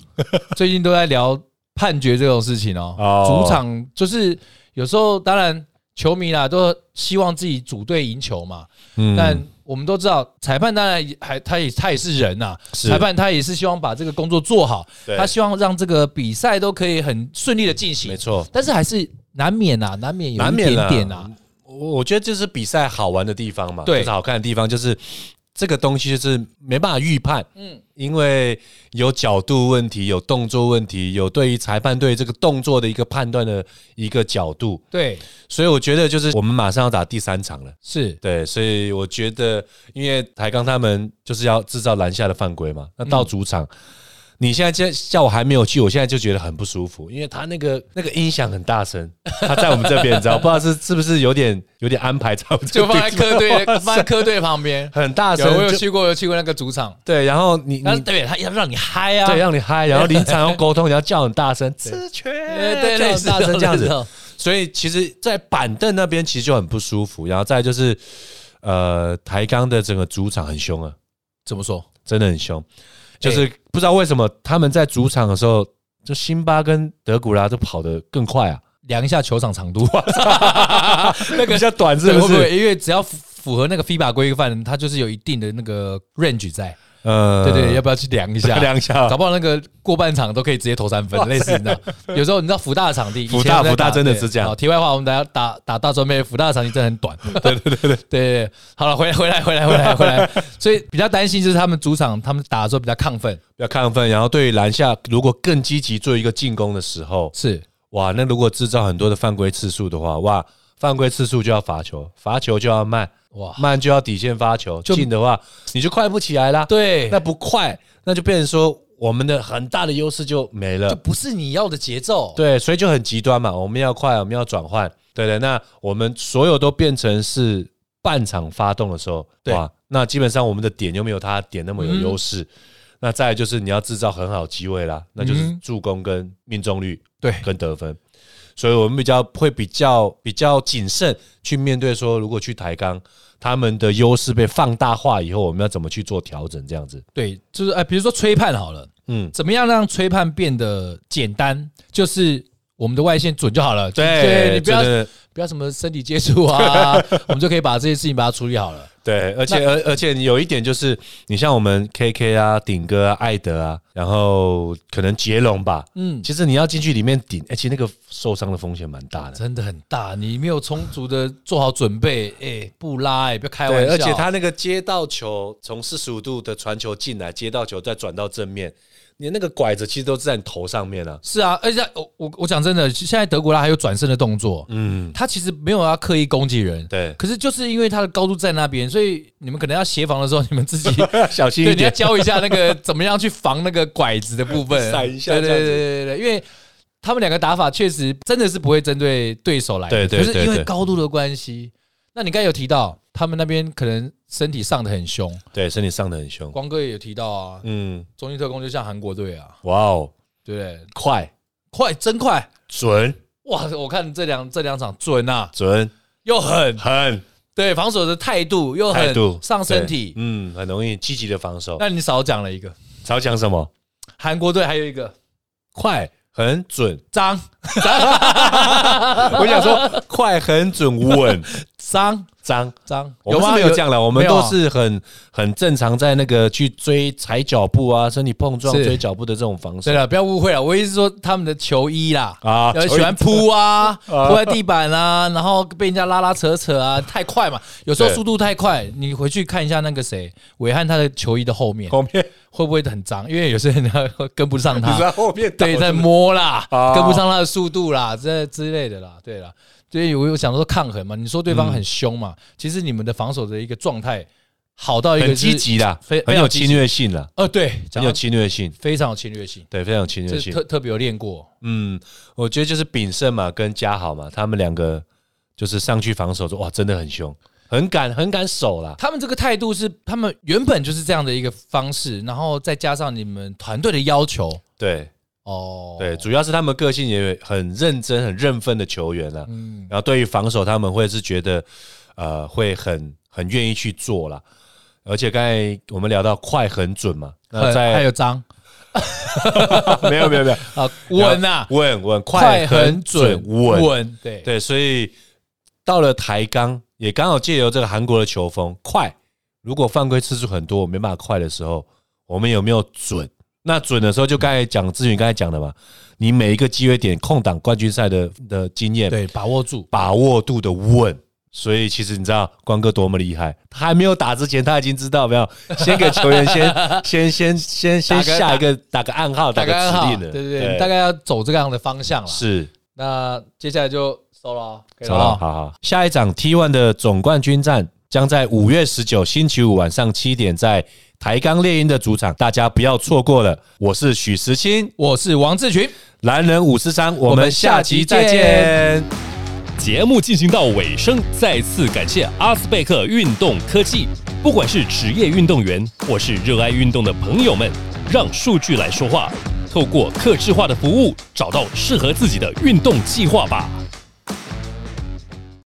Speaker 3: 最近都在聊判决这种事情哦。
Speaker 2: 哦
Speaker 3: 主场就是有时候，当然球迷啦都希望自己主队赢球嘛，
Speaker 2: 嗯
Speaker 3: 但我们都知道，裁判当然也还他也他也是人呐、
Speaker 2: 是
Speaker 3: 裁判他也是希望把这个工作做好，
Speaker 2: 对
Speaker 3: 他希望让这个比赛都可以很顺利的进
Speaker 2: 没
Speaker 3: 行，
Speaker 2: 错，
Speaker 3: 但是还是难免啊，难免有
Speaker 2: 难
Speaker 3: 一
Speaker 2: 免
Speaker 3: 点
Speaker 2: 啦
Speaker 3: 点啊，
Speaker 2: 我我觉得这是比赛好玩的地方嘛，
Speaker 3: 对
Speaker 2: 就是好看的地方就是这个东西就是没办法预判，
Speaker 3: 嗯
Speaker 2: 嗯，因为有角度问题，有动作问题，有对于裁判对这个动作的一个判断的一个角度，
Speaker 3: 对，
Speaker 2: 所以我觉得就是我们马上要打第三场了。
Speaker 3: 是
Speaker 2: 对，所以我觉得，因为台钢他们就是要制造篮下的犯规嘛。那
Speaker 3: 嗯
Speaker 2: 到主场，你现在叫叫我还没有去，我现在就觉得很不舒服，因为他那个那个音响很大声，他在我们这边，你知道，不知道是是不是有点有点安排在我们这
Speaker 3: 就
Speaker 2: 边
Speaker 3: 放在科 队
Speaker 2: 哇
Speaker 3: 放在科队旁 边，
Speaker 2: 很大
Speaker 3: 有我
Speaker 2: 声，
Speaker 3: 有
Speaker 2: 就
Speaker 3: 去过，有去过那个主场。
Speaker 2: 对，然后你
Speaker 3: 但是
Speaker 2: 你
Speaker 3: 对他要让你嗨啊，
Speaker 2: 对让你嗨，然后临场要沟通，你要叫很大声，知觉，
Speaker 3: 呃对，
Speaker 2: 叫
Speaker 3: 类
Speaker 2: 很
Speaker 3: 似
Speaker 2: 大声这样子。
Speaker 3: 的。
Speaker 2: 所以其实，在板凳那边其实就很不舒服，然后再来就是，呃，台钢的整个主场很凶啊。
Speaker 3: 怎么说？
Speaker 2: 真的很凶，
Speaker 3: 哎
Speaker 2: 就是不知道为什么他们在主场的时候，就辛巴跟德古拉都跑得更快啊，
Speaker 3: 量一下球场长度， 那
Speaker 2: 比
Speaker 3: 个
Speaker 2: 较短是
Speaker 3: 对
Speaker 2: 不
Speaker 3: 会不
Speaker 2: 是？
Speaker 3: 会？因为只要符符合那个 FIBA 规范，它就是有一定的那个 range 在。
Speaker 2: 呃
Speaker 3: 对 对，要不要去嗯 量一下？
Speaker 2: 量一 下
Speaker 3: 搞不好那个过半场都可以直接投三分， 类似你知道。有时候你知道福大的场地，以前
Speaker 2: 福大
Speaker 3: 我们在
Speaker 2: 福大
Speaker 3: 打
Speaker 2: 真的
Speaker 3: 对
Speaker 2: 是这样
Speaker 3: 好题外话，我们等下打打大专杯，福大的场地真的很 短。对对对对对，好了，回来回来回来回来回来。所以比较担心就是他们主场他们打的时候比较亢奋，
Speaker 2: 要亢奋，然后对于篮下如果更积极做一个进攻的时候，
Speaker 3: 是
Speaker 2: 哇，那如果制造很多的犯规次数的话，哇，犯规次数就要罚球，罚球就要慢，
Speaker 3: 哇，
Speaker 2: 慢就要底线发球，
Speaker 3: 就
Speaker 2: 进的话你就快不起来啦。，
Speaker 3: 对，
Speaker 2: 那不快，那就变成说我们的很大的优势就没了
Speaker 3: 就。不是你要的节奏。
Speaker 2: 对，所以就很极端嘛。我们要快，我们要转换，对对。那我们所有都变成是半场发动的时候，
Speaker 3: 对嗯
Speaker 2: 哇，那基本上我们的点就没有他的点那么有优势。那再来就是你要制造很好的机会啦，那就是
Speaker 3: 嗯
Speaker 2: 助攻跟命中率
Speaker 3: 对
Speaker 2: 跟得分。所以我们比较会比较比较谨慎去面对说，如果去抬杠，他们的优势被放大化以后，我们要怎么去做调整？这样子，
Speaker 3: 对，就是哎、呃比如说吹判好了，
Speaker 2: 嗯，
Speaker 3: 怎么样让吹判变得简单？就是我们的外线准就好了。你不要
Speaker 2: 真的
Speaker 3: 不要什么身体接触啊， 我们就可以把这些事情把它处理好了。
Speaker 2: 对，而且而而且你有一点就是，你像我们 KK 啊、顶哥啊、艾德啊，然后可能杰龙吧，
Speaker 3: 嗯，
Speaker 2: 其实你要进去里面顶，而且那个受伤的风险蛮大的。
Speaker 3: 真的很大，你没有充足的做好准备，哎、不拉、哎，不要开玩
Speaker 2: 对，
Speaker 3: 笑。
Speaker 2: 而且他那个接到球，从四十五度的传球进来，接到球再转到正面，你那个拐子其实都是在你头上面啊。
Speaker 3: 是啊，而且他我我我讲真的，现在德国拉还有转身的动作，
Speaker 2: 嗯，
Speaker 3: 他其实没有要刻意攻击人，
Speaker 2: 对，
Speaker 3: 可是就是因为他的高度在那边，所以你们可能要协防的时候，你们 自己
Speaker 2: 小心
Speaker 3: 对，
Speaker 2: 一
Speaker 3: 你要
Speaker 2: 点。
Speaker 3: 教一下那个怎么样去防那个拐子的部分，
Speaker 2: 闪一下
Speaker 3: 对对
Speaker 2: 这样
Speaker 3: 对
Speaker 2: 子
Speaker 3: 对对对，因为他们两个打法确实真的是不会针对对手来的，
Speaker 2: 对对
Speaker 3: 可是因
Speaker 2: 对
Speaker 3: 为
Speaker 2: 对
Speaker 3: 高度的关系，那你刚才有提到他们那边可能身体上的很凶，
Speaker 2: 对，身体上的很凶。
Speaker 3: 光哥也有提到啊，
Speaker 2: 嗯，
Speaker 3: 中心特工就像韩国队啊，
Speaker 2: 哇哦，
Speaker 3: 对不对？
Speaker 2: 快
Speaker 3: 快，真快！
Speaker 2: 准
Speaker 3: 哇，我看这两这两场准啊，
Speaker 2: 准
Speaker 3: 又狠，
Speaker 2: 狠
Speaker 3: 对防守的态度又
Speaker 2: 态
Speaker 3: 狠
Speaker 2: 度，
Speaker 3: 上身
Speaker 2: 对
Speaker 3: 体。
Speaker 2: 嗯，很容易积极的防守。
Speaker 3: 那你少讲了一个，
Speaker 2: 超强什么？
Speaker 3: 韩国队还有一个
Speaker 2: 快，很准，
Speaker 3: 张，
Speaker 2: 我想说快、很准、稳、
Speaker 3: 脏
Speaker 2: 脏。
Speaker 3: 脏
Speaker 2: 我们是没有这样了，我们
Speaker 3: 没有
Speaker 2: 都
Speaker 3: 啊
Speaker 2: 是很很正常，在那个去追踩脚步啊，身体碰撞
Speaker 3: 是
Speaker 2: 追脚步的这种方
Speaker 3: 对
Speaker 2: 式。
Speaker 3: 了，不要误会了，我意思说他们的球衣啦，
Speaker 2: 啊
Speaker 3: 呃
Speaker 2: 球衣
Speaker 3: 喜欢 扑啊，扑在地板啊，然后被人家拉拉扯扯啊，太快嘛，有时候
Speaker 2: 对
Speaker 3: 速度太快，你回去看一下那个谁，伟汉他的球衣的后面
Speaker 2: 后面
Speaker 3: 会不会很脏？因为有些人他会跟不上
Speaker 2: 哦 你在
Speaker 3: 他，
Speaker 2: 后面倒
Speaker 3: 对，
Speaker 2: 是
Speaker 3: 在摸啦，
Speaker 2: 啊
Speaker 3: 跟不上他的速度啦，这之类的啦，对啦，所以我有想说抗衡嘛，你说对
Speaker 2: 嗯
Speaker 3: 方很凶嘛，其实你们的防守的一个状态好到一个
Speaker 2: 很
Speaker 3: 就是
Speaker 2: 积，极啦，
Speaker 3: 非
Speaker 2: 很
Speaker 3: 非
Speaker 2: 有
Speaker 3: 常积极
Speaker 2: 侵略性啦，
Speaker 3: 呃，对，
Speaker 2: 很
Speaker 3: 讲
Speaker 2: 有
Speaker 3: 到
Speaker 2: 侵略性，
Speaker 3: 非常有侵略性，
Speaker 2: 对，非常有侵略
Speaker 3: 这
Speaker 2: 性
Speaker 3: 特。特别有练过。
Speaker 2: 嗯，我觉得就是炳胜嘛，跟嘉豪嘛，他们两个就是上去防守说，哇，真的很凶，很敢，很敢守啦。
Speaker 3: 他们这个态度是他们原本就是这样的一个方式，然后再加上你们团队的要求
Speaker 2: 对
Speaker 3: 哦，
Speaker 2: 对，主要是他们个性也很认真、很认分的球员啦。
Speaker 3: 嗯，
Speaker 2: 然后对于防守，他们会是觉得呃，会很很愿意去做啦。而且刚才我们聊到快很准嘛，那
Speaker 3: 还还
Speaker 2: 在
Speaker 3: 有张
Speaker 2: 没有没有没有
Speaker 3: 啊稳呐，
Speaker 2: 稳稳快
Speaker 3: 快
Speaker 2: 很
Speaker 3: 很
Speaker 2: 准
Speaker 3: 准
Speaker 2: 稳
Speaker 3: 稳，啊对
Speaker 2: 对，所以到了台钢，也刚好借由这个韩国的球风快，如果犯规次数很多，我没办法快的时候，我们有没有准？那准的时候，就刚才讲志云刚才讲的嘛，你每一个机会点空档冠军赛的的经验，
Speaker 3: 对，把握住，
Speaker 2: 把握度的稳。所以其实你知道光哥多么厉害，他还没有打之前，他已经知道没有，先给球员先 先先先先
Speaker 3: 打个
Speaker 2: 下一个打个暗号，打
Speaker 3: 大
Speaker 2: 个
Speaker 3: 概
Speaker 2: 指
Speaker 3: 好，
Speaker 2: 令
Speaker 3: 对
Speaker 2: 的，
Speaker 3: 对对，大概要走这样的方向了。
Speaker 2: 是
Speaker 3: 那接下来就收了哦，可以
Speaker 2: 走
Speaker 3: 了
Speaker 2: 了，
Speaker 3: 哦
Speaker 2: 好好。下一场 T1 的总冠军战将在五月十九星期五晚上七点在台钢猎鹰的主场，大家不要错过了。我是许时清，
Speaker 3: 我是王志群，
Speaker 2: 男人五十三，我们下集再
Speaker 3: 我们
Speaker 2: 见。
Speaker 1: 节目进行到尾声，再次感谢阿斯贝克运动科技。不管是职业运动员或是热爱运动的朋友们，让数据来说话，透过客制化的服务，找到适合自己的运动计划吧。